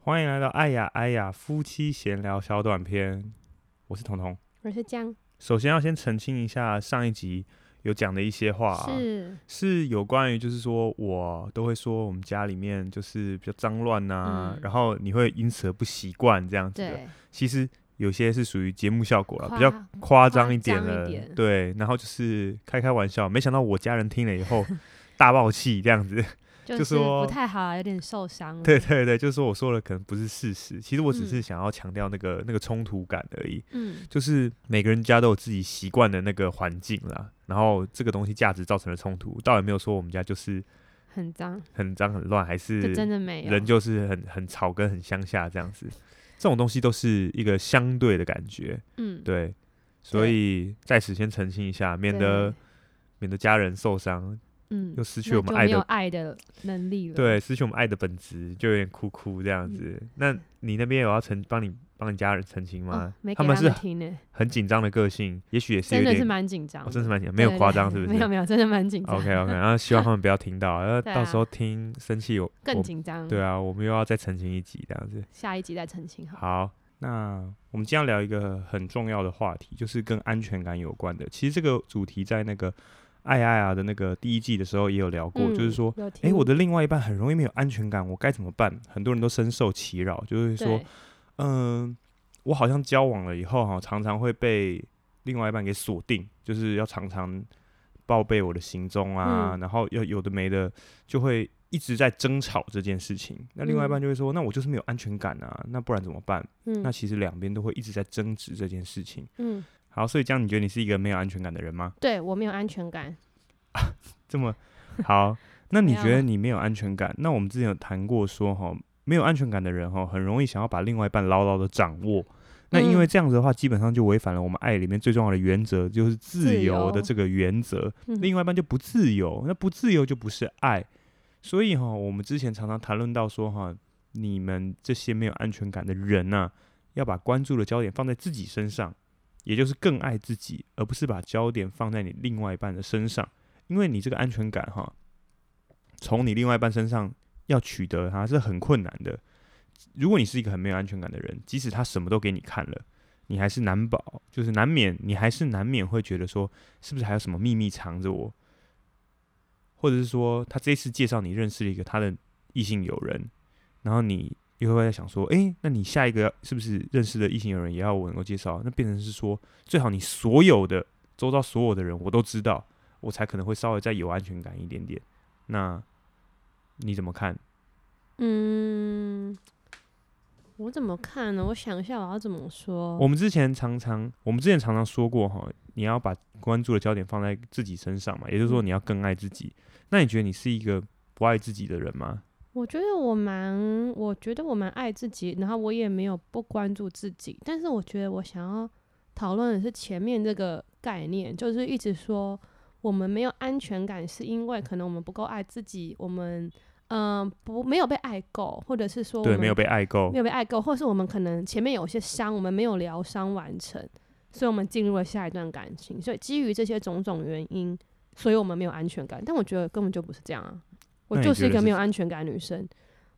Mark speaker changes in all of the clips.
Speaker 1: 欢迎来到《爱呀爱呀夫妻闲聊小短片》，我是彤彤。
Speaker 2: 我是江，
Speaker 1: 首先要先澄清一下上一集有讲的一些话、啊，
Speaker 2: 是
Speaker 1: 是有关于就是说我都会说我们家里面就是比较脏乱呐，
Speaker 2: 嗯
Speaker 1: 然后你会因此而不习惯这样子的。
Speaker 2: 对，
Speaker 1: 其实有些是属于节目效果了，
Speaker 2: 夸
Speaker 1: 比较夸张一点
Speaker 2: 夸张
Speaker 1: 了
Speaker 2: 一点
Speaker 1: 对，然后就是开开玩笑，没想到我家人听了以 后大爆气这样子。
Speaker 2: 就
Speaker 1: 就是说
Speaker 2: 不太好啊，有点受伤了。
Speaker 1: 对，对对，就是说我说了可能不是事实，其实我只是
Speaker 2: 嗯
Speaker 1: 想要强调那个、那个冲突感而已。
Speaker 2: 嗯，
Speaker 1: 就是每个人家都有自己习惯的那个环境啦，然后这个东西价值造成的冲突，倒也没有说我们家就是
Speaker 2: 很脏，
Speaker 1: 很脏很乱，还
Speaker 2: 这
Speaker 1: 是
Speaker 2: 真的没有。
Speaker 1: 人就是很很吵跟很乡下这样子，这种东西都是一个相对的感觉，
Speaker 2: 嗯，
Speaker 1: 对，所
Speaker 2: 对
Speaker 1: 以在此先澄清一下，免
Speaker 2: 对
Speaker 1: 得免得家人受伤，
Speaker 2: 嗯
Speaker 1: 又失去
Speaker 2: 那
Speaker 1: 我们
Speaker 2: 就
Speaker 1: 爱
Speaker 2: 没有
Speaker 1: 的，
Speaker 2: 爱的能力了。，哦
Speaker 1: 对，失去我们爱的本质，就有点哭哭这
Speaker 2: 嗯
Speaker 1: 样子。那你那边有要澄帮你帮你家人澄清
Speaker 2: 哦
Speaker 1: 吗？、
Speaker 2: 没
Speaker 1: 他
Speaker 2: 给
Speaker 1: 们
Speaker 2: 们
Speaker 1: 是
Speaker 2: 听呢，
Speaker 1: 很紧张的个性，也许也是有
Speaker 2: 真的
Speaker 1: 点
Speaker 2: 是蛮紧张
Speaker 1: 哦，
Speaker 2: 的，
Speaker 1: 真是蛮紧张，没有
Speaker 2: 对
Speaker 1: 夸
Speaker 2: 对
Speaker 1: 张，是不是？
Speaker 2: 没有没有，真的蛮紧张
Speaker 1: OK OK，然后 希望他们不要听到，然后
Speaker 2: 对
Speaker 1: 到时
Speaker 2: 啊
Speaker 1: 候听生气有
Speaker 2: 更
Speaker 1: 我
Speaker 2: 紧张。
Speaker 1: 对，啊，我们又要再澄清一集这样子。
Speaker 2: 下一集再澄清好。
Speaker 1: 好，那我们今天要聊一个很重要的话题，就是跟安全感有关的。其实这个主题在那个《爱爱啊》的那个第一季的时候也有聊过，就是
Speaker 2: 嗯
Speaker 1: 说，，
Speaker 2: 有
Speaker 1: 诶，我
Speaker 2: 听
Speaker 1: 的另外一半很容易没有安全感，我该怎么办？很多人都深受其扰，就是说
Speaker 2: 对，
Speaker 1: 嗯，我好像交往了以后哈，常常会被另外一半给锁定，就是要常常报备我的行踪啊，
Speaker 2: 嗯
Speaker 1: 然后要有的没的，就会一直在争吵这件事情。那另外一半
Speaker 2: 嗯
Speaker 1: 就会说，那我就是没有安全感啊，那不然怎么办？那
Speaker 2: 嗯
Speaker 1: 其实两边都会一直在争执这件事情。
Speaker 2: 嗯，
Speaker 1: 好，所以这样你觉得你是一个没有安全感的人吗？
Speaker 2: 对我没有安全感。
Speaker 1: 这么好，那你
Speaker 2: 没有
Speaker 1: 觉得
Speaker 2: 啊
Speaker 1: 你没有安全感？那我们之前有谈过说哈，没有安全感的人哈，很容易想要把另外一半牢牢的掌握。那因为
Speaker 2: 嗯
Speaker 1: 这样子的话，基本上就违反了我们爱里面最重要的原则，就是自
Speaker 2: 自
Speaker 1: 由的
Speaker 2: 由
Speaker 1: 这个原则。
Speaker 2: 嗯
Speaker 1: 另外一半就不自由，那不自由就不是爱。所以哈，我们之前常常谈论到说哈，你们这些没有安全感的人呢、要把关注的焦点放在自己身上，也就是更爱自己，而不是把焦点放在你另外一半的身上，因为你这个安全感哈，从你另外一半身上要取得它是很困难的。如果你是一个很没有安全感的人，即使他什么都给你看了，你还是难保，就是难免，你还是难免会觉得说，是不是还有什么秘密藏着我？或者是说，他这次介绍你认识了一个他的异性友人，然后你又会在想说，诶，那你下一个是不是认识的异性友人也要我能够介绍？那变成是说，最好你所有的周遭所有的人我都知道，我才可能会稍微再有安全感一点点。那你怎么看？
Speaker 2: 嗯，我怎么看呢？我想一下，我要怎么说？
Speaker 1: 我们之前常常，我们之前常常说过哈，你要把关注的焦点放在自己身上嘛，也
Speaker 2: 嗯
Speaker 1: 就是说你要更爱自己。那你觉得你是一个不爱自己的人吗？
Speaker 2: 我觉得我蛮，我觉得我蛮爱自己，然后我也没有不关注自己，但是我觉得我想要讨论的是前面这个概念，就是一直说我们没有安全感，是因为可能我们不够爱自己，我们嗯、呃不没有被爱够，或者是说
Speaker 1: 对，
Speaker 2: 我
Speaker 1: 没有
Speaker 2: 们
Speaker 1: 被爱够
Speaker 2: 没。有被爱够，或者是我们可能前面有一些伤，我们没有疗伤完成，所以我们进入了下一段感情，所以基于这些种种原因，所以我们没有安全感。但我觉得根本就不是这样啊，我
Speaker 1: 那你
Speaker 2: 就是
Speaker 1: 觉
Speaker 2: 一
Speaker 1: 得
Speaker 2: 个
Speaker 1: 是
Speaker 2: 没有安全感的女生。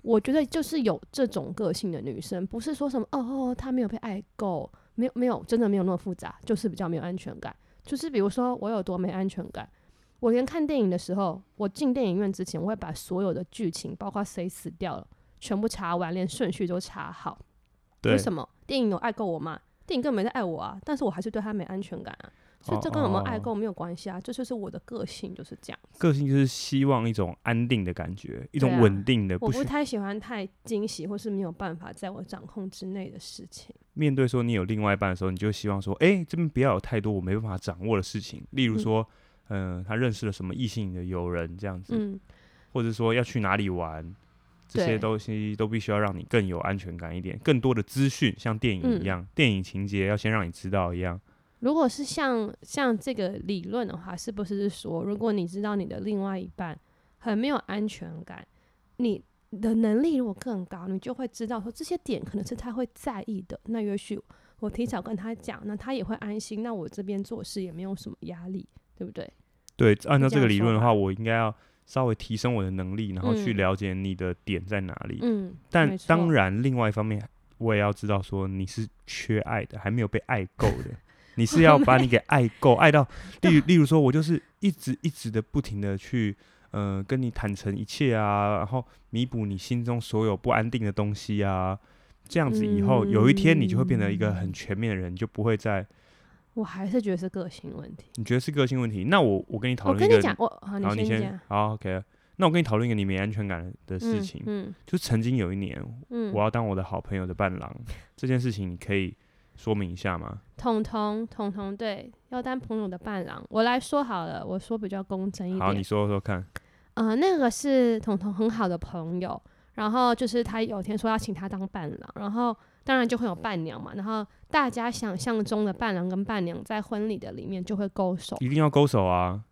Speaker 2: 我觉得就是有这种个性的女生，不是说什么哦哦，她没有被爱够，没有没有，真的没有那么复杂，就是比较没有安全感。就是比如说我有多没安全感，我连看电影的时候，我进电影院之前，我会把所有的剧情，包括谁死掉了，全部查完，连顺序都查好。
Speaker 1: 对
Speaker 2: 为，什么电影有爱够我吗？电影根本没在爱我啊，但是我还是对他没安全感啊。所以这跟有没有爱
Speaker 1: 哦
Speaker 2: 够没有关系啊，这就是我的个性就是这样。
Speaker 1: 个性就是希望一种安定的感觉，一
Speaker 2: 对
Speaker 1: 种
Speaker 2: 啊
Speaker 1: 稳定的，
Speaker 2: 我
Speaker 1: 不需
Speaker 2: 不太喜欢太惊喜或是没有办法在我掌控之内的事情。
Speaker 1: 面对说你有另外一半的时候，你就希望说，哎、这边不要有太多我没办法掌握的事情，例如
Speaker 2: 嗯
Speaker 1: 说，嗯、他认识了什么异性的友人这样子，
Speaker 2: 嗯，
Speaker 1: 或者说要去哪里玩，这些
Speaker 2: 对
Speaker 1: 东西都必须要让你更有安全感一点，更多的资讯，像电影一
Speaker 2: 嗯
Speaker 1: 样，电影情节要先让你知道一样。
Speaker 2: 如果是像像这个理论的话，是不是说，如果你知道你的另外一半很没有安全感，你的能力如果更高，你就会知道说这些点可能是他会在意的。那也许我提早跟他讲，那他也会安心。那我这边做事也没有什么压力，对不对？
Speaker 1: 对，按照
Speaker 2: 这
Speaker 1: 这个
Speaker 2: 样
Speaker 1: 理
Speaker 2: 说
Speaker 1: 论的
Speaker 2: 吧
Speaker 1: 话，我应该要稍微提升我的能力，然后去
Speaker 2: 嗯
Speaker 1: 了解你的点在哪里。
Speaker 2: 嗯，
Speaker 1: 但
Speaker 2: 没错
Speaker 1: 当然，另外一方面，我也要知道说你是缺爱的，还没有被爱够 的。你是要把你给爱够，爱到，例如，例如说，我就是一直一直的不停的去，呃，跟你坦诚一切啊，然后弥补你心中所有不安定的东西啊，这样子以后，有一天你就会变得一个
Speaker 2: 嗯
Speaker 1: 很全面的人，你就不会再
Speaker 2: 我还是觉得是个性问题。
Speaker 1: 你觉得是个性问题。那我我跟你讨
Speaker 2: 我
Speaker 1: 论一个，
Speaker 2: 跟你讲，我好，
Speaker 1: 好，你
Speaker 2: 先
Speaker 1: 先
Speaker 2: 讲
Speaker 1: 好，OK。那我跟你讨论一个你没安全感的事情，
Speaker 2: 嗯
Speaker 1: 就曾经有一年，
Speaker 2: 嗯，
Speaker 1: 我要当我的好朋友的伴郎 这件事情，你可以说明一下吗？
Speaker 2: 彤彤彤彤对，要当朋友的伴郎，我来说好了，我说比较公正一
Speaker 1: 好，你
Speaker 2: 点。
Speaker 1: 说说看。
Speaker 2: 呃，那个是彤彤很好的朋友，然后就是他有天说要请他当伴郎，然后当然就会有伴娘嘛，然后大家想象中的伴郎跟伴娘在婚礼的里面就会勾手，
Speaker 1: 一定要勾手啊，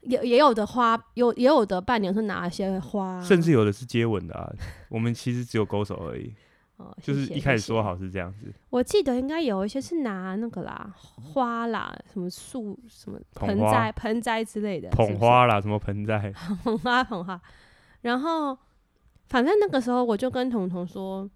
Speaker 2: 也也有的花，有也有的伴娘是拿一些花，
Speaker 1: 甚至有的是接吻的啊。我们其实只有勾手而已，
Speaker 2: 哦
Speaker 1: 就是一开始说。
Speaker 2: 谢谢谢谢
Speaker 1: 好是这样子，
Speaker 2: 我记得应该有一些是拿那个啦，花啦，什么树、什么
Speaker 1: 捧
Speaker 2: 盆
Speaker 1: 花
Speaker 2: 栽、盆栽之类的，呃是
Speaker 1: 捧
Speaker 2: 不是
Speaker 1: 花啦，什么盆栽，
Speaker 2: 捧花捧花。然后，反正那个时候我就跟彤彤说：“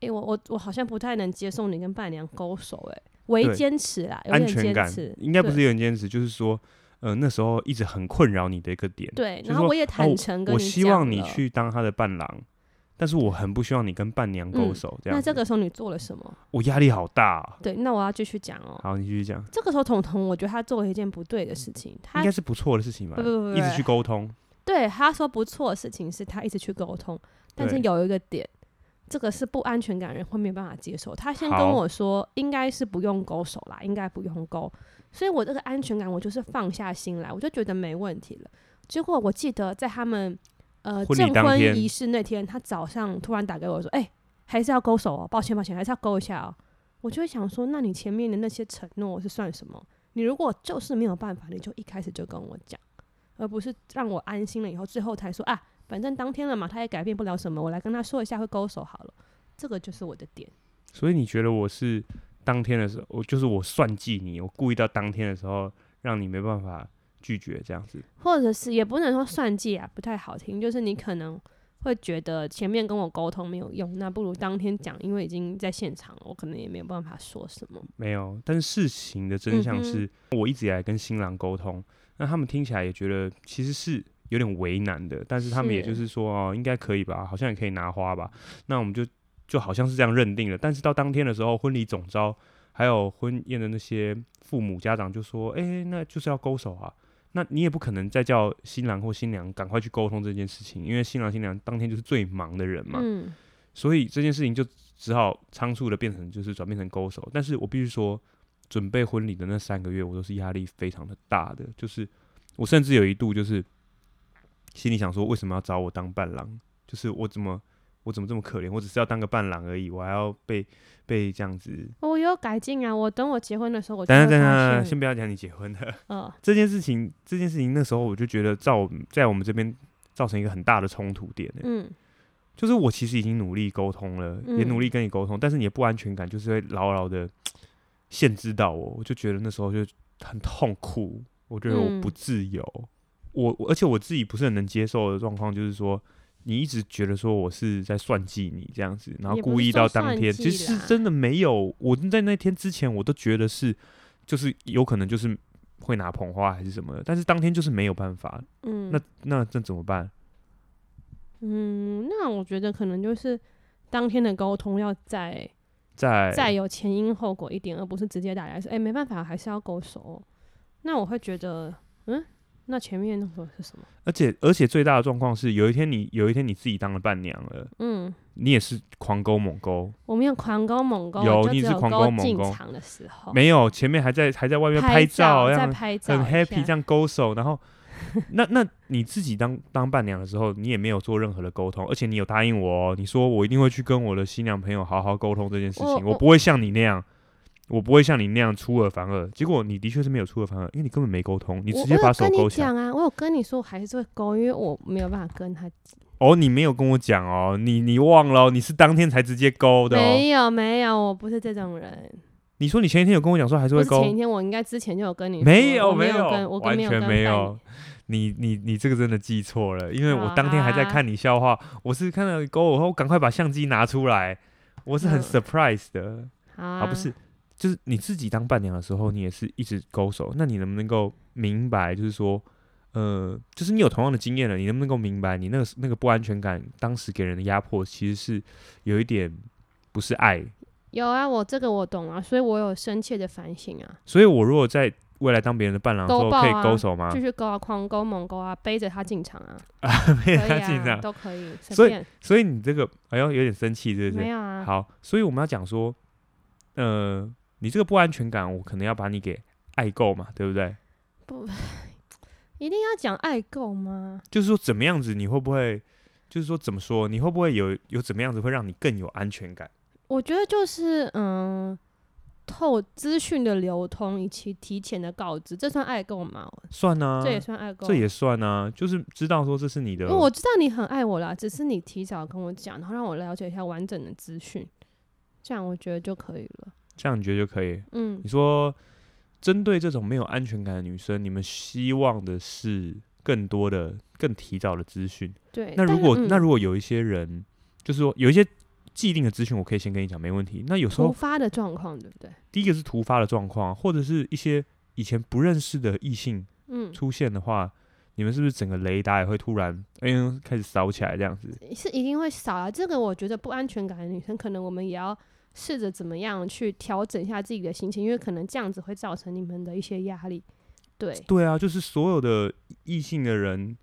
Speaker 2: 诶，我我我好像不太能接受你跟伴娘勾手、诶，哎，为
Speaker 1: 对
Speaker 2: 坚持啦，有
Speaker 1: 安
Speaker 2: 点
Speaker 1: 全
Speaker 2: 坚
Speaker 1: 感
Speaker 2: 持，
Speaker 1: 应该不
Speaker 2: 对
Speaker 1: 是有人坚持，就是说，呃，那时候一直很困扰你的一个点。
Speaker 2: 对。
Speaker 1: 就
Speaker 2: 然后
Speaker 1: 说
Speaker 2: 我也坦
Speaker 1: 我
Speaker 2: 诚跟
Speaker 1: 我
Speaker 2: 讲
Speaker 1: 希望你
Speaker 2: 了。
Speaker 1: 去当他的伴郎，但是我很不希望你跟伴娘勾
Speaker 2: 嗯
Speaker 1: 手。这样
Speaker 2: 那
Speaker 1: 子，
Speaker 2: 这个时候你做了什么？
Speaker 1: 我压力好大啊。
Speaker 2: 对，那我要继续讲哦、
Speaker 1: 好，你继续讲，
Speaker 2: 这个时候，彤彤，我觉得他做了一件不对的事情。
Speaker 1: 应
Speaker 2: 他
Speaker 1: 该是不错的事情吧
Speaker 2: 不？不不不
Speaker 1: 一直去沟通，
Speaker 2: 对他说不错的事情是他一直去沟通，但是
Speaker 1: 对
Speaker 2: 有一个点，这个是不安全感人会没办法接受。他先跟
Speaker 1: 好
Speaker 2: 我说，应该是不用勾手啦，应该不用勾，所以我这个安全感我就是放下心来，我就觉得没问题了。结果我记得在他们呃
Speaker 1: 婚礼
Speaker 2: 证
Speaker 1: 当
Speaker 2: 婚
Speaker 1: 天
Speaker 2: 仪式那天，他早上突然打给我说：“哎、还是要勾手哦，抱歉抱歉，还是要勾一下哦。”我就会想说，那你前面的那些承诺是算什么？你如果就是没有办法，你就一开始就跟我讲，而不是让我安心了以后，最后才说啊，反正当天了嘛，他也改变不了什么，我来跟他说一下会勾手好了。这个就是我的点，
Speaker 1: 所以你觉得我是当天的时候，我就是我算计你，我故意到当天的时候让你没办法拒绝这样子。
Speaker 2: 或者是也不能说算计啊，不太好听，就是你可能会觉得前面跟我沟通没有用，那不如当天讲，因为已经在现场了，我可能也没有办法说什么。
Speaker 1: 没有，但是事情的真
Speaker 2: 嗯
Speaker 1: 相是，我一直以来跟新郎沟通，那他们听起来也觉得其实是有点为难的，但是他们也
Speaker 2: 是
Speaker 1: 就是说哦，应该可以吧，好像也可以拿花吧，那我们就就好像是这样认定了。但是到当天的时候，婚礼总招还有婚宴的那些父母家长就说，哎、那就是要勾手啊。那你也不可能再叫新郎或新娘赶快去沟通这件事情，因为新郎新娘当天就是最忙的人嘛。
Speaker 2: 嗯，
Speaker 1: 所以这件事情就只好仓促的变成就是转变成勾手。但是我必须说，准备婚礼的那三个月，我都是压力非常的大的，就是我甚至有一度就是心里想说，为什么要找我当伴郎？就是我怎么我怎么这么可怜？我只是要当个伴郎而已，我还要被被这样子。
Speaker 2: 我有改进啊，我等我结婚的时候，我就
Speaker 1: 等
Speaker 2: 会
Speaker 1: 等等
Speaker 2: 发
Speaker 1: 等，
Speaker 2: 现
Speaker 1: 先，不要讲你结婚了
Speaker 2: 呃，
Speaker 1: 这件事情，这件事情那时候我就觉得在我们在我们这边造成一个很大的冲突点、欸。
Speaker 2: 嗯，
Speaker 1: 就是我其实已经努力沟通了，也
Speaker 2: 嗯
Speaker 1: 努力跟你沟通，但是你的不安全感就是会牢牢的限制到我，我就觉得那时候就很痛苦，我觉得我
Speaker 2: 嗯
Speaker 1: 不自由，我我而且我自己不是很能接受的状况就是说。你一直觉得说我是在算计你这样子，然后
Speaker 2: 也不
Speaker 1: 故
Speaker 2: 是
Speaker 1: 意
Speaker 2: 说
Speaker 1: 到当
Speaker 2: 算
Speaker 1: 天，
Speaker 2: 计
Speaker 1: 其实
Speaker 2: 啦
Speaker 1: 真的没有。我在那天之前，我都觉得是，就是有可能就是会拿捧花还是什么的，但是当天就是没有办法。
Speaker 2: 嗯，
Speaker 1: 那那这怎么办？
Speaker 2: 嗯，那我觉得可能就是当天的沟通要再
Speaker 1: 在
Speaker 2: 再有前因后果一点，而不是直接打来说，哎、没办法，还是要勾手哦。那我会觉得，嗯，那前面那个是什么？
Speaker 1: 而且而且最大的状况是，有一天你有一天你自己当了伴娘了，
Speaker 2: 嗯，
Speaker 1: 你也是狂勾猛勾，
Speaker 2: 我没有狂勾猛勾，
Speaker 1: 有
Speaker 2: 我就
Speaker 1: 你
Speaker 2: 只
Speaker 1: 是狂勾
Speaker 2: 勾
Speaker 1: 猛
Speaker 2: 进
Speaker 1: 勾
Speaker 2: 场的时候，
Speaker 1: 没有前面还在还在外面
Speaker 2: 哦拍
Speaker 1: 照，这
Speaker 2: 再
Speaker 1: 样
Speaker 2: 拍照
Speaker 1: 很
Speaker 2: 一
Speaker 1: happy
Speaker 2: 下
Speaker 1: 这样勾手， 然后那那你自己当当伴娘的时候，你也没有做任何的沟通，而且你有答应我、哦，你说我一定会去跟我的新娘朋友好好沟通这件事情，
Speaker 2: 我
Speaker 1: 我
Speaker 2: 我
Speaker 1: 不会像你那样。我不会像你那样出尔反尔，结果你的确是没有出尔反尔，因为你根本没沟通，你
Speaker 2: 我
Speaker 1: 直接
Speaker 2: 我有
Speaker 1: 把手
Speaker 2: 跟
Speaker 1: 勾
Speaker 2: 你
Speaker 1: 起来。
Speaker 2: 讲啊，我有跟你说，我还是会勾，因为我没有办法跟他。
Speaker 1: 哦，你没有跟我讲哦，你你忘了哦、你是当天才直接勾的哦。
Speaker 2: 没有没有，我不是这种人。
Speaker 1: 你说你前一天有跟我讲说还是
Speaker 2: 不
Speaker 1: 会
Speaker 2: 是前一
Speaker 1: 勾，
Speaker 2: 天，我应该之前就有跟你说
Speaker 1: 没有
Speaker 2: 我没
Speaker 1: 有
Speaker 2: 跟我跟
Speaker 1: 完
Speaker 2: 没有
Speaker 1: 全
Speaker 2: 跟
Speaker 1: 没
Speaker 2: 伴
Speaker 1: 有。啊你你你这个真的记错了，因为我当天还在看你笑话，我是看到狗，然后赶快把相机拿出来，我是很
Speaker 2: 嗯
Speaker 1: surprise 的、
Speaker 2: 好
Speaker 1: 啊，
Speaker 2: 啊，
Speaker 1: 不是，就是你自己当伴娘的时候，你也是一直勾手，那你能不能够明白，就是说，呃，就是你有同样的经验了，你能不能够明白，你那个那个不安全感，当时给人的压迫，其实是有一点不是爱，
Speaker 2: 有啊，我这个我懂啊，所以我有深切的反省啊，
Speaker 1: 所以我如果在未来当别人的伴郎的时
Speaker 2: 勾
Speaker 1: 候，
Speaker 2: 爆
Speaker 1: 可以
Speaker 2: 啊
Speaker 1: 勾手吗？
Speaker 2: 继续勾啊，狂勾猛勾啊，背着他进场啊，
Speaker 1: 没
Speaker 2: 可
Speaker 1: 有
Speaker 2: 以
Speaker 1: 他紧
Speaker 2: 啊，
Speaker 1: 张，
Speaker 2: 都可以，随
Speaker 1: 所以
Speaker 2: 便，
Speaker 1: 所以你这个，哎呦，有点生气，对不对
Speaker 2: 没？有啊，
Speaker 1: 好，所以我们要讲说，呃，你这个不安全感，我可能要把你给爱够嘛，对不对？
Speaker 2: 一定要讲爱够吗？
Speaker 1: 就是说怎么样子，你会不会，就是说怎么说，你会不会有有怎么样子会让你更有安全感？
Speaker 2: 我觉得就是嗯，透资讯的流通以及提前的告知，这算爱够吗？
Speaker 1: 算啊，
Speaker 2: 这也算爱够，
Speaker 1: 这也算啊，就是知道说这是你的
Speaker 2: 因为，我知道你很爱我啦，只是你提早跟我讲，然后让我了解一下完整的资讯，这样我觉得就可以了。
Speaker 1: 这样你觉得就可以。
Speaker 2: 嗯
Speaker 1: 你，说，针对这种没有安全感的女生，你们希望的是更多的、更提早的资讯。
Speaker 2: 对。
Speaker 1: 那
Speaker 2: 但
Speaker 1: 如
Speaker 2: 是
Speaker 1: 果、
Speaker 2: 嗯
Speaker 1: 那如果有一些人，就是说有一些既定的资讯，我可以先跟你讲，没问题。那有时
Speaker 2: 突
Speaker 1: 候
Speaker 2: 发的状况，对不对？
Speaker 1: 第一个是突发的状况，或者是一些以前不认识的异性
Speaker 2: 嗯，
Speaker 1: 出现的话，你们是不是整个雷达也会突然嗯、开始扫起来这样子？
Speaker 2: 是一定会少啊。这个我觉得不安全感的女生，可能我们也要试着怎么样去调整一下自己的心情，因为可能这样子会造成你们的一些压力。对，
Speaker 1: 对啊，就是所有的异性的人，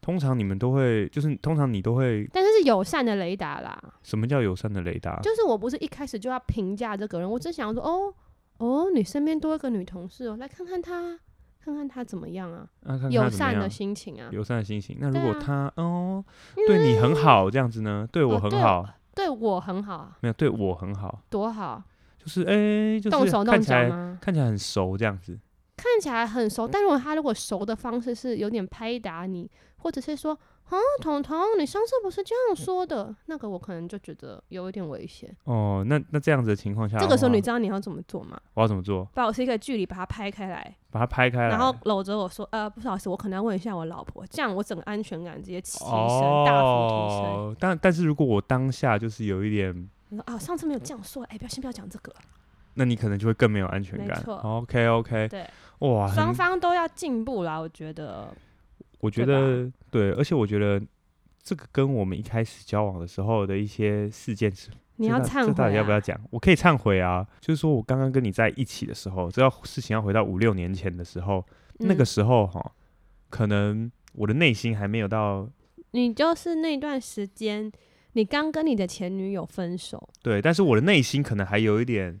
Speaker 1: 通常你们都会，就是通常你都会，
Speaker 2: 但是是友善的雷达啦，
Speaker 1: 什么叫友善的雷达？
Speaker 2: 就是我不是一开始就要评价这个人，我只想说，哦哦，你身边多一个女同事哦，来看看她，看看她怎么样啊，
Speaker 1: 啊、看看
Speaker 2: 友
Speaker 1: 他怎么
Speaker 2: 善的
Speaker 1: 样。
Speaker 2: 心情啊，
Speaker 1: 友善的心情。那如果
Speaker 2: 对啊
Speaker 1: 他、哦对你很好这样子呢，对我
Speaker 2: 哦
Speaker 1: 很
Speaker 2: 对
Speaker 1: 好，
Speaker 2: 对我很好啊，
Speaker 1: 没有对我很好，
Speaker 2: 多好，啊
Speaker 1: 就是哎、就
Speaker 2: 动
Speaker 1: 是
Speaker 2: 手动
Speaker 1: 看起
Speaker 2: 脚
Speaker 1: 来
Speaker 2: 吗？
Speaker 1: 看起来很熟这样子。
Speaker 2: 看起来很熟，但如果他如果熟的方式是有点拍打你，或者是说，啊，彤彤，你上次不是这样说的，那个我可能就觉得有一点危险。
Speaker 1: 哦，那那这样子的情况下的
Speaker 2: 这
Speaker 1: 话，
Speaker 2: 个时候你知道你要怎么做吗？
Speaker 1: 我要怎么做？
Speaker 2: 保持一个距离，把它拍开来，
Speaker 1: 把它拍开来，
Speaker 2: 然后搂着我说，呃，不是老师，我可能要问一下我老婆，这样我整个安全感直接提升，大幅提升。
Speaker 1: 哦，但但是如果我当下就是有一点，
Speaker 2: 你说啊，上次没有这样说，哎，不要先不要讲这个，
Speaker 1: 啊那你可能就会更没有安全
Speaker 2: 没
Speaker 1: 感。
Speaker 2: 错
Speaker 1: OK OK，
Speaker 2: 对，
Speaker 1: 哇，
Speaker 2: 双
Speaker 1: 很
Speaker 2: 方都要进步啦，我觉得，
Speaker 1: 我觉
Speaker 2: 对吧
Speaker 1: 得对，而且我觉得这个跟我们一开始交往的时候的一些事件是，
Speaker 2: 你
Speaker 1: 这
Speaker 2: 要
Speaker 1: 到
Speaker 2: 忏
Speaker 1: 这到
Speaker 2: 悔、啊，
Speaker 1: 底要不要讲？我可以忏悔啊，就是说我刚刚跟你在一起的时候，这要事情要回到五六年前的时候，那
Speaker 2: 嗯
Speaker 1: 个时候哈，可能我的内心还没有到
Speaker 2: 你就是那段时间，你刚跟你的前女友分手，
Speaker 1: 对，但是我的内心可能还有一点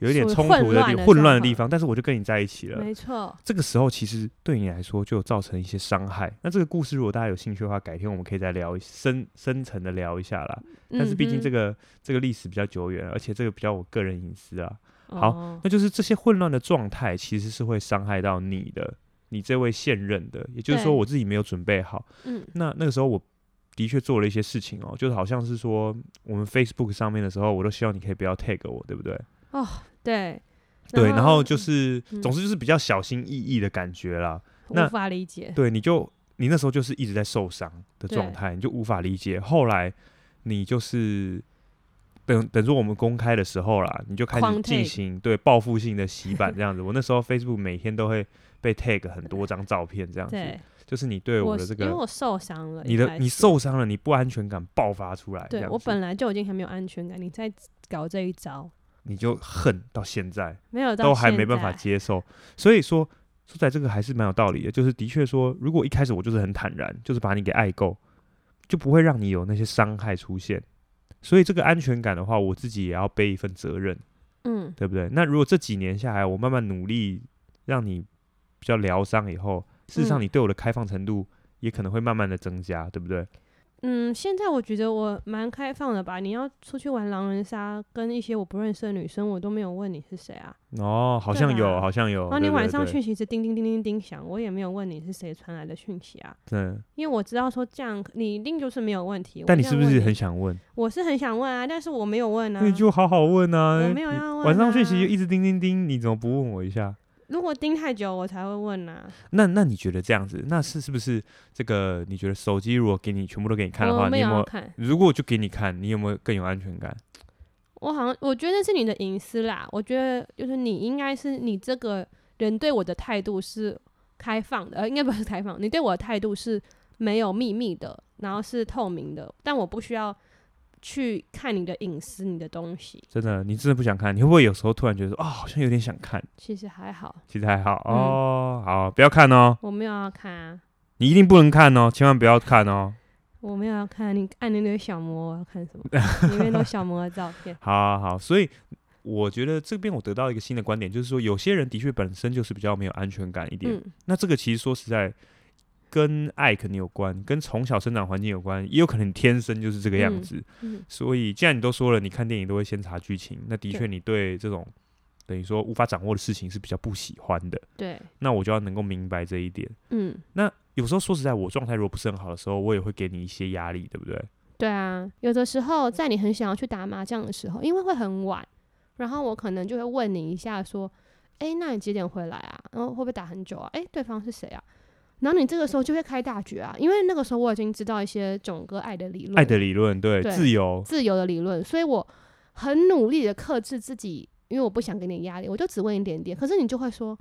Speaker 1: 有一点
Speaker 2: 属于
Speaker 1: 冲
Speaker 2: 混
Speaker 1: 突的地
Speaker 2: 乱的
Speaker 1: 混
Speaker 2: 状
Speaker 1: 乱的地
Speaker 2: 况
Speaker 1: 方，但是我就跟你在一起了。
Speaker 2: 没错，
Speaker 1: 这个时候其实对你来说就造成一些伤害。那这个故事如果大家有兴趣的话，改天我们可以再聊一深深层的聊一下啦。但是毕竟这
Speaker 2: 个、
Speaker 1: 个、这个历史比较久远，而且这个比较我个人隐私啊，好
Speaker 2: 哦
Speaker 1: 那就是这些混乱的状态其实是会伤害到你的，你这位现任的。也就是说，
Speaker 2: 对
Speaker 1: 我自己没有准备好。
Speaker 2: 嗯，
Speaker 1: 那那个时候我的确做了一些事情哦，就是好像是说我们 Facebook 上面的时候，我都希望你可以不要 tag 我，对不对？
Speaker 2: 对
Speaker 1: 对，然后就是，
Speaker 2: 嗯
Speaker 1: 总之就是比较小心翼翼的感觉啦。那
Speaker 2: 无法理解，
Speaker 1: 对，你就你那时候就是一直在受伤的状
Speaker 2: 对
Speaker 1: 态，你就无法理解。后来你就是等等说我们公开的时候啦，你就开始
Speaker 2: 狂
Speaker 1: 进
Speaker 2: tag
Speaker 1: 行对报复性的洗版这样子。我那时候 Facebook 每天都会被 tag 很多张照片这样子，
Speaker 2: 对
Speaker 1: 就是你啊对我
Speaker 2: 我
Speaker 1: 的这
Speaker 2: 因为
Speaker 1: 个
Speaker 2: 我受伤了，
Speaker 1: 你
Speaker 2: 一
Speaker 1: 的
Speaker 2: 开
Speaker 1: 你
Speaker 2: 始，
Speaker 1: 受伤了，你不安全感爆发出来，这
Speaker 2: 对
Speaker 1: 样
Speaker 2: 我
Speaker 1: 子
Speaker 2: 本来就已经很没有安全感，你再搞这一招，
Speaker 1: 你就恨到现在。
Speaker 2: 没有到
Speaker 1: 都还没
Speaker 2: 现
Speaker 1: 办法
Speaker 2: 在
Speaker 1: 接受。所以说，说在这个还是蛮有道理的，就是的确说，如果一开始我就是很坦然，就是把你给爱够，就不会让你有那些伤害出现。所以这个安全感的话，我自己也要背一份责任，
Speaker 2: 嗯，
Speaker 1: 对不对？那如果这几年下来，我慢慢努力让你比较疗伤以后，事实上
Speaker 2: 嗯
Speaker 1: 你对我的开放程度也可能会慢慢的增加，对不对？
Speaker 2: 嗯，现在我觉得我蛮开放的吧。你要出去玩狼人杀，跟一些我不认识的女生，我都没有问你是谁啊。
Speaker 1: 哦，好
Speaker 2: 对
Speaker 1: 像有，
Speaker 2: 啦
Speaker 1: 好像有。
Speaker 2: 然后你
Speaker 1: 哦对
Speaker 2: 晚上，
Speaker 1: 对
Speaker 2: 讯息是叮叮叮叮叮响，我也没有问你是谁传来的讯息啊，
Speaker 1: 对嗯，
Speaker 2: 因为我知道说这样你一定就是没有问题。我
Speaker 1: 但你
Speaker 2: 这
Speaker 1: 是
Speaker 2: 样
Speaker 1: 不是
Speaker 2: 问
Speaker 1: 很？想问？
Speaker 2: 我是很想问啊，但是我没有问啊
Speaker 1: 那。你就好好问啊！
Speaker 2: 我没有
Speaker 1: 你
Speaker 2: 要问
Speaker 1: 晚上讯息
Speaker 2: 啊
Speaker 1: 就一直叮叮叮，你怎么不问我一下？
Speaker 2: 如果盯太久，我才会问啊。
Speaker 1: 那那你觉得这样子，那是是不是这个？你觉得手机如果给你全部都给你看的
Speaker 2: 我
Speaker 1: 话，
Speaker 2: 哦没
Speaker 1: 你有没
Speaker 2: 有啊要
Speaker 1: 有？
Speaker 2: 看，
Speaker 1: 如果就给你看，你有没有更有安全感？
Speaker 2: 我好像我觉得是你的隐私啦。我觉得就是你应该是你这个人对我的态度是开放的，呃，应该不是开放，你对我的态度是没有秘密的，然后是透明的，但我不需要去看你的隐私，你的东西，
Speaker 1: 真的，你真的不想看，你会不会有时候突然觉得说，哦，好像有点想看，
Speaker 2: 其实还好，
Speaker 1: 其实还好
Speaker 2: 嗯
Speaker 1: 哦，好，不要看哦，
Speaker 2: 我没有要看啊。
Speaker 1: 你一定不能看哦，千万不要看哦。
Speaker 2: 我没有要看啊你按那堆小魔，我要看什么？里面都小魔的照片。
Speaker 1: 好好好，所以我觉得这边我得到一个新的观点，就是说有些人的确本身就是比较没有安全感一 点，
Speaker 2: 嗯，
Speaker 1: 那这个其实说实在，跟爱肯定有关，跟从小生长环境有关，也有可能你天生就是这个样
Speaker 2: 嗯
Speaker 1: 子。
Speaker 2: 嗯
Speaker 1: 所以，既然你都说了，你看电影都会先查剧情，那的确你对这种等于说无法掌握的事情是比较不喜欢的。
Speaker 2: 对，
Speaker 1: 那我就要能够明白这一点。
Speaker 2: 嗯，
Speaker 1: 那有时候说实在，我状态如果不是很好的时候，我也会给你一些压力，对不对？
Speaker 2: 对啊。有的时
Speaker 1: 嗯
Speaker 2: 候在你很想要去打麻将的时候，因为会很晚，然后我可能就会问你一下，说：“哎、那你几点回来啊？然后会不会打很久啊？哎、对方是谁啊？”然后你这个时候就会开大局啊，因为那个时候我已经知道一些囧哥爱的理论，
Speaker 1: 爱的理论，对，
Speaker 2: 对
Speaker 1: 自由，
Speaker 2: 自由的理论，所以我很努力的克制自己，因为我不想给你压力，我就只问一点点。可是你就会说，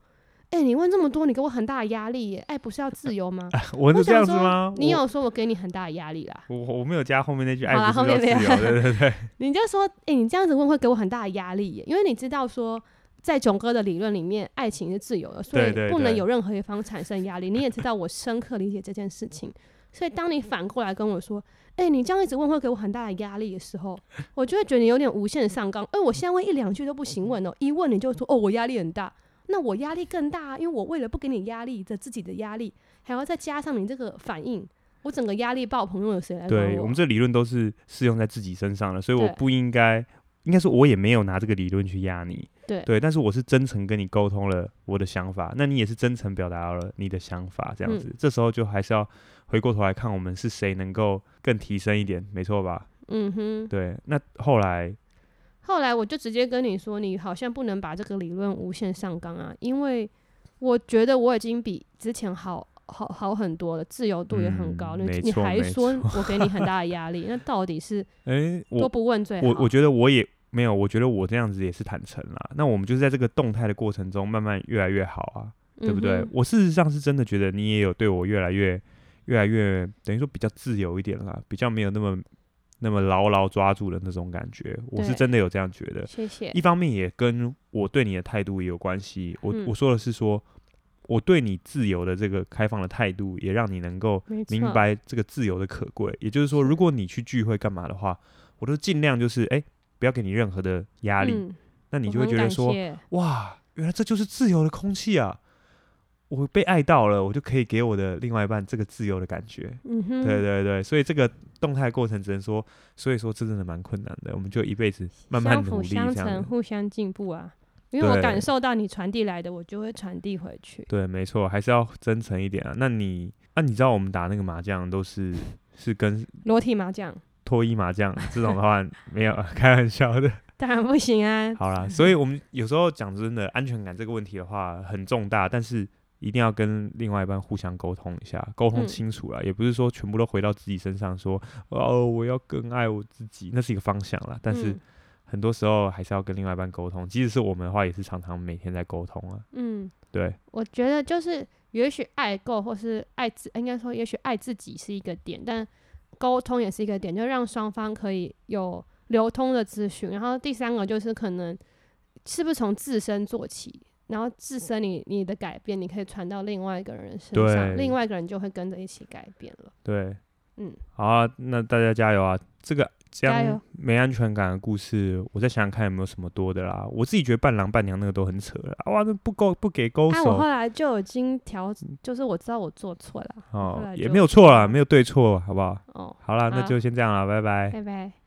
Speaker 2: 哎、你问这么多，你给我很大的压力耶，哎、不是要自由吗？
Speaker 1: 啊我
Speaker 2: 我
Speaker 1: 是这
Speaker 2: 想
Speaker 1: 样子
Speaker 2: 说
Speaker 1: 吗？
Speaker 2: 你
Speaker 1: 我
Speaker 2: 有说我给你很大的压力啦，
Speaker 1: 我我没有加后面那句
Speaker 2: 好
Speaker 1: 爱
Speaker 2: 啦
Speaker 1: 不是要
Speaker 2: 后
Speaker 1: 自
Speaker 2: 面没有
Speaker 1: 由， 对对对，
Speaker 2: 你就说，哎、你这样子问会给我很大的压力耶，因为你知道说。在囧哥的理论里面，爱情是自由的，所以
Speaker 1: 对对
Speaker 2: 不能
Speaker 1: 对
Speaker 2: 有任何一方产生压力。你也知道，我深刻理解这件事情。所以，当你反过来跟我说：“哎、你这样一直问会给我很大的压力”的时 候，我就会觉得你有点无限上纲。哎、我现在问一两句都不行问哦，一问你就说：“哦，我压力很大。”那我压力更大、啊，因为我为了不给你压力的自己的压力，还要再加上你这个反应，我整个压力爆棚，又有谁来管
Speaker 1: 对我们这理论都是适用在自己身上的，所以我
Speaker 2: 对
Speaker 1: 不应该，应该说我也没有拿这个理论去压你，
Speaker 2: 对
Speaker 1: 但是我是真诚跟你沟通了我的想法，那你也是真诚表达了你的想法，这样
Speaker 2: 嗯
Speaker 1: 子，这时候就还是要回过头来看我们是谁能够更提升一点，没错吧？
Speaker 2: 嗯哼。
Speaker 1: 对，那后来
Speaker 2: 后来我就直接跟你说，你好像不能把这个理论无限上纲啊，因为我觉得我已经比之前好好好很多了，自由度也很高。
Speaker 1: 嗯
Speaker 2: 你
Speaker 1: 没
Speaker 2: 你
Speaker 1: 错
Speaker 2: 还
Speaker 1: 没
Speaker 2: 说我给你 很大的压力，那到底是
Speaker 1: 诶，
Speaker 2: 多
Speaker 1: 我
Speaker 2: 不问最好？
Speaker 1: 我我觉得我也。没有，我觉得我这样子也是坦诚啦。那我们就是在这个动态的过程中，慢慢越来越好啊。对不对？
Speaker 2: 嗯哼
Speaker 1: 我事实上是真的觉得你也有对我越来越、越来越，等于说比较自由一点啦，比较没有那么、那么牢牢抓住的那种感觉。我是
Speaker 2: 对
Speaker 1: 真的有这样觉得。
Speaker 2: 谢谢
Speaker 1: 一。方面也跟我对你的态度也有关系。我、
Speaker 2: 嗯
Speaker 1: 我说的是说，我对你自由的这个开放的态度，也让你能够
Speaker 2: 没错
Speaker 1: 明白这个自由的可贵。也就是说，如果你去聚会干嘛的话，我都尽量就是哎、不要给你任何的压力。
Speaker 2: 嗯、
Speaker 1: 那你
Speaker 2: 我
Speaker 1: 就会
Speaker 2: 很
Speaker 1: 觉得
Speaker 2: 感
Speaker 1: 说，
Speaker 2: 谢
Speaker 1: 哇，原来这就是自由的空气啊！我被爱到了，我就可以给我的另外一半这个自由的感觉。
Speaker 2: 嗯哼，
Speaker 1: 对对对，所以这个动态过程只能说，所以说这真的蛮困难的，我们就一辈子慢慢
Speaker 2: 相
Speaker 1: 努
Speaker 2: 辅
Speaker 1: 力这样
Speaker 2: 相成，
Speaker 1: 子。
Speaker 2: 互相进步啊。因为我
Speaker 1: 对
Speaker 2: 感受到你传递来的，我就会传递回去。
Speaker 1: 对，没错，还是要真诚一点啊。那你，那、你知道我们打那个麻将都是是跟
Speaker 2: 裸体麻将
Speaker 1: 脱衣麻将这种的话，没有 开玩笑的。
Speaker 2: 当然不行啊，
Speaker 1: 好啦，所以我们有时候讲真的，安全感这个问题的话很重大，但是一定要跟另外一半互相沟通一下，沟通
Speaker 2: 嗯
Speaker 1: 清楚了，也不是说全部都回到自己身上说，哦，我要更爱我自己，那是一个方向啦。但是
Speaker 2: 嗯
Speaker 1: 很多时候还是要跟另外一半沟通，即使是我们的话，也是常常每天在沟通啊。
Speaker 2: 嗯，
Speaker 1: 对，
Speaker 2: 我觉得就是，也许爱够或是爱自，应该说，也许爱自己是一个点，但沟通也是一个点，就让双方可以有流通的资讯。然后第三个就是可能是不是从自身做起，然后自身你你的改变，你可以传到另外一个人身
Speaker 1: 对
Speaker 2: 上，另外一个人就会跟着一起改变了。
Speaker 1: 对，
Speaker 2: 嗯，
Speaker 1: 好啊，那大家加油啊！这个这
Speaker 2: 加
Speaker 1: 样
Speaker 2: 油
Speaker 1: 没安全感的故事，我再想想看有没有什么多的啦。我自己觉得伴郎伴娘那个都很扯了，啊哇，那不够不给勾
Speaker 2: 哎、
Speaker 1: 手
Speaker 2: 我。后来就已经调，就是我知道我做错了，后
Speaker 1: 哦，
Speaker 2: 来
Speaker 1: 也
Speaker 2: 就
Speaker 1: 没有错啦，没有对错，好不好？
Speaker 2: 哦，
Speaker 1: 好啦，那
Speaker 2: 好
Speaker 1: 就先这样啦，拜拜。
Speaker 2: 拜拜。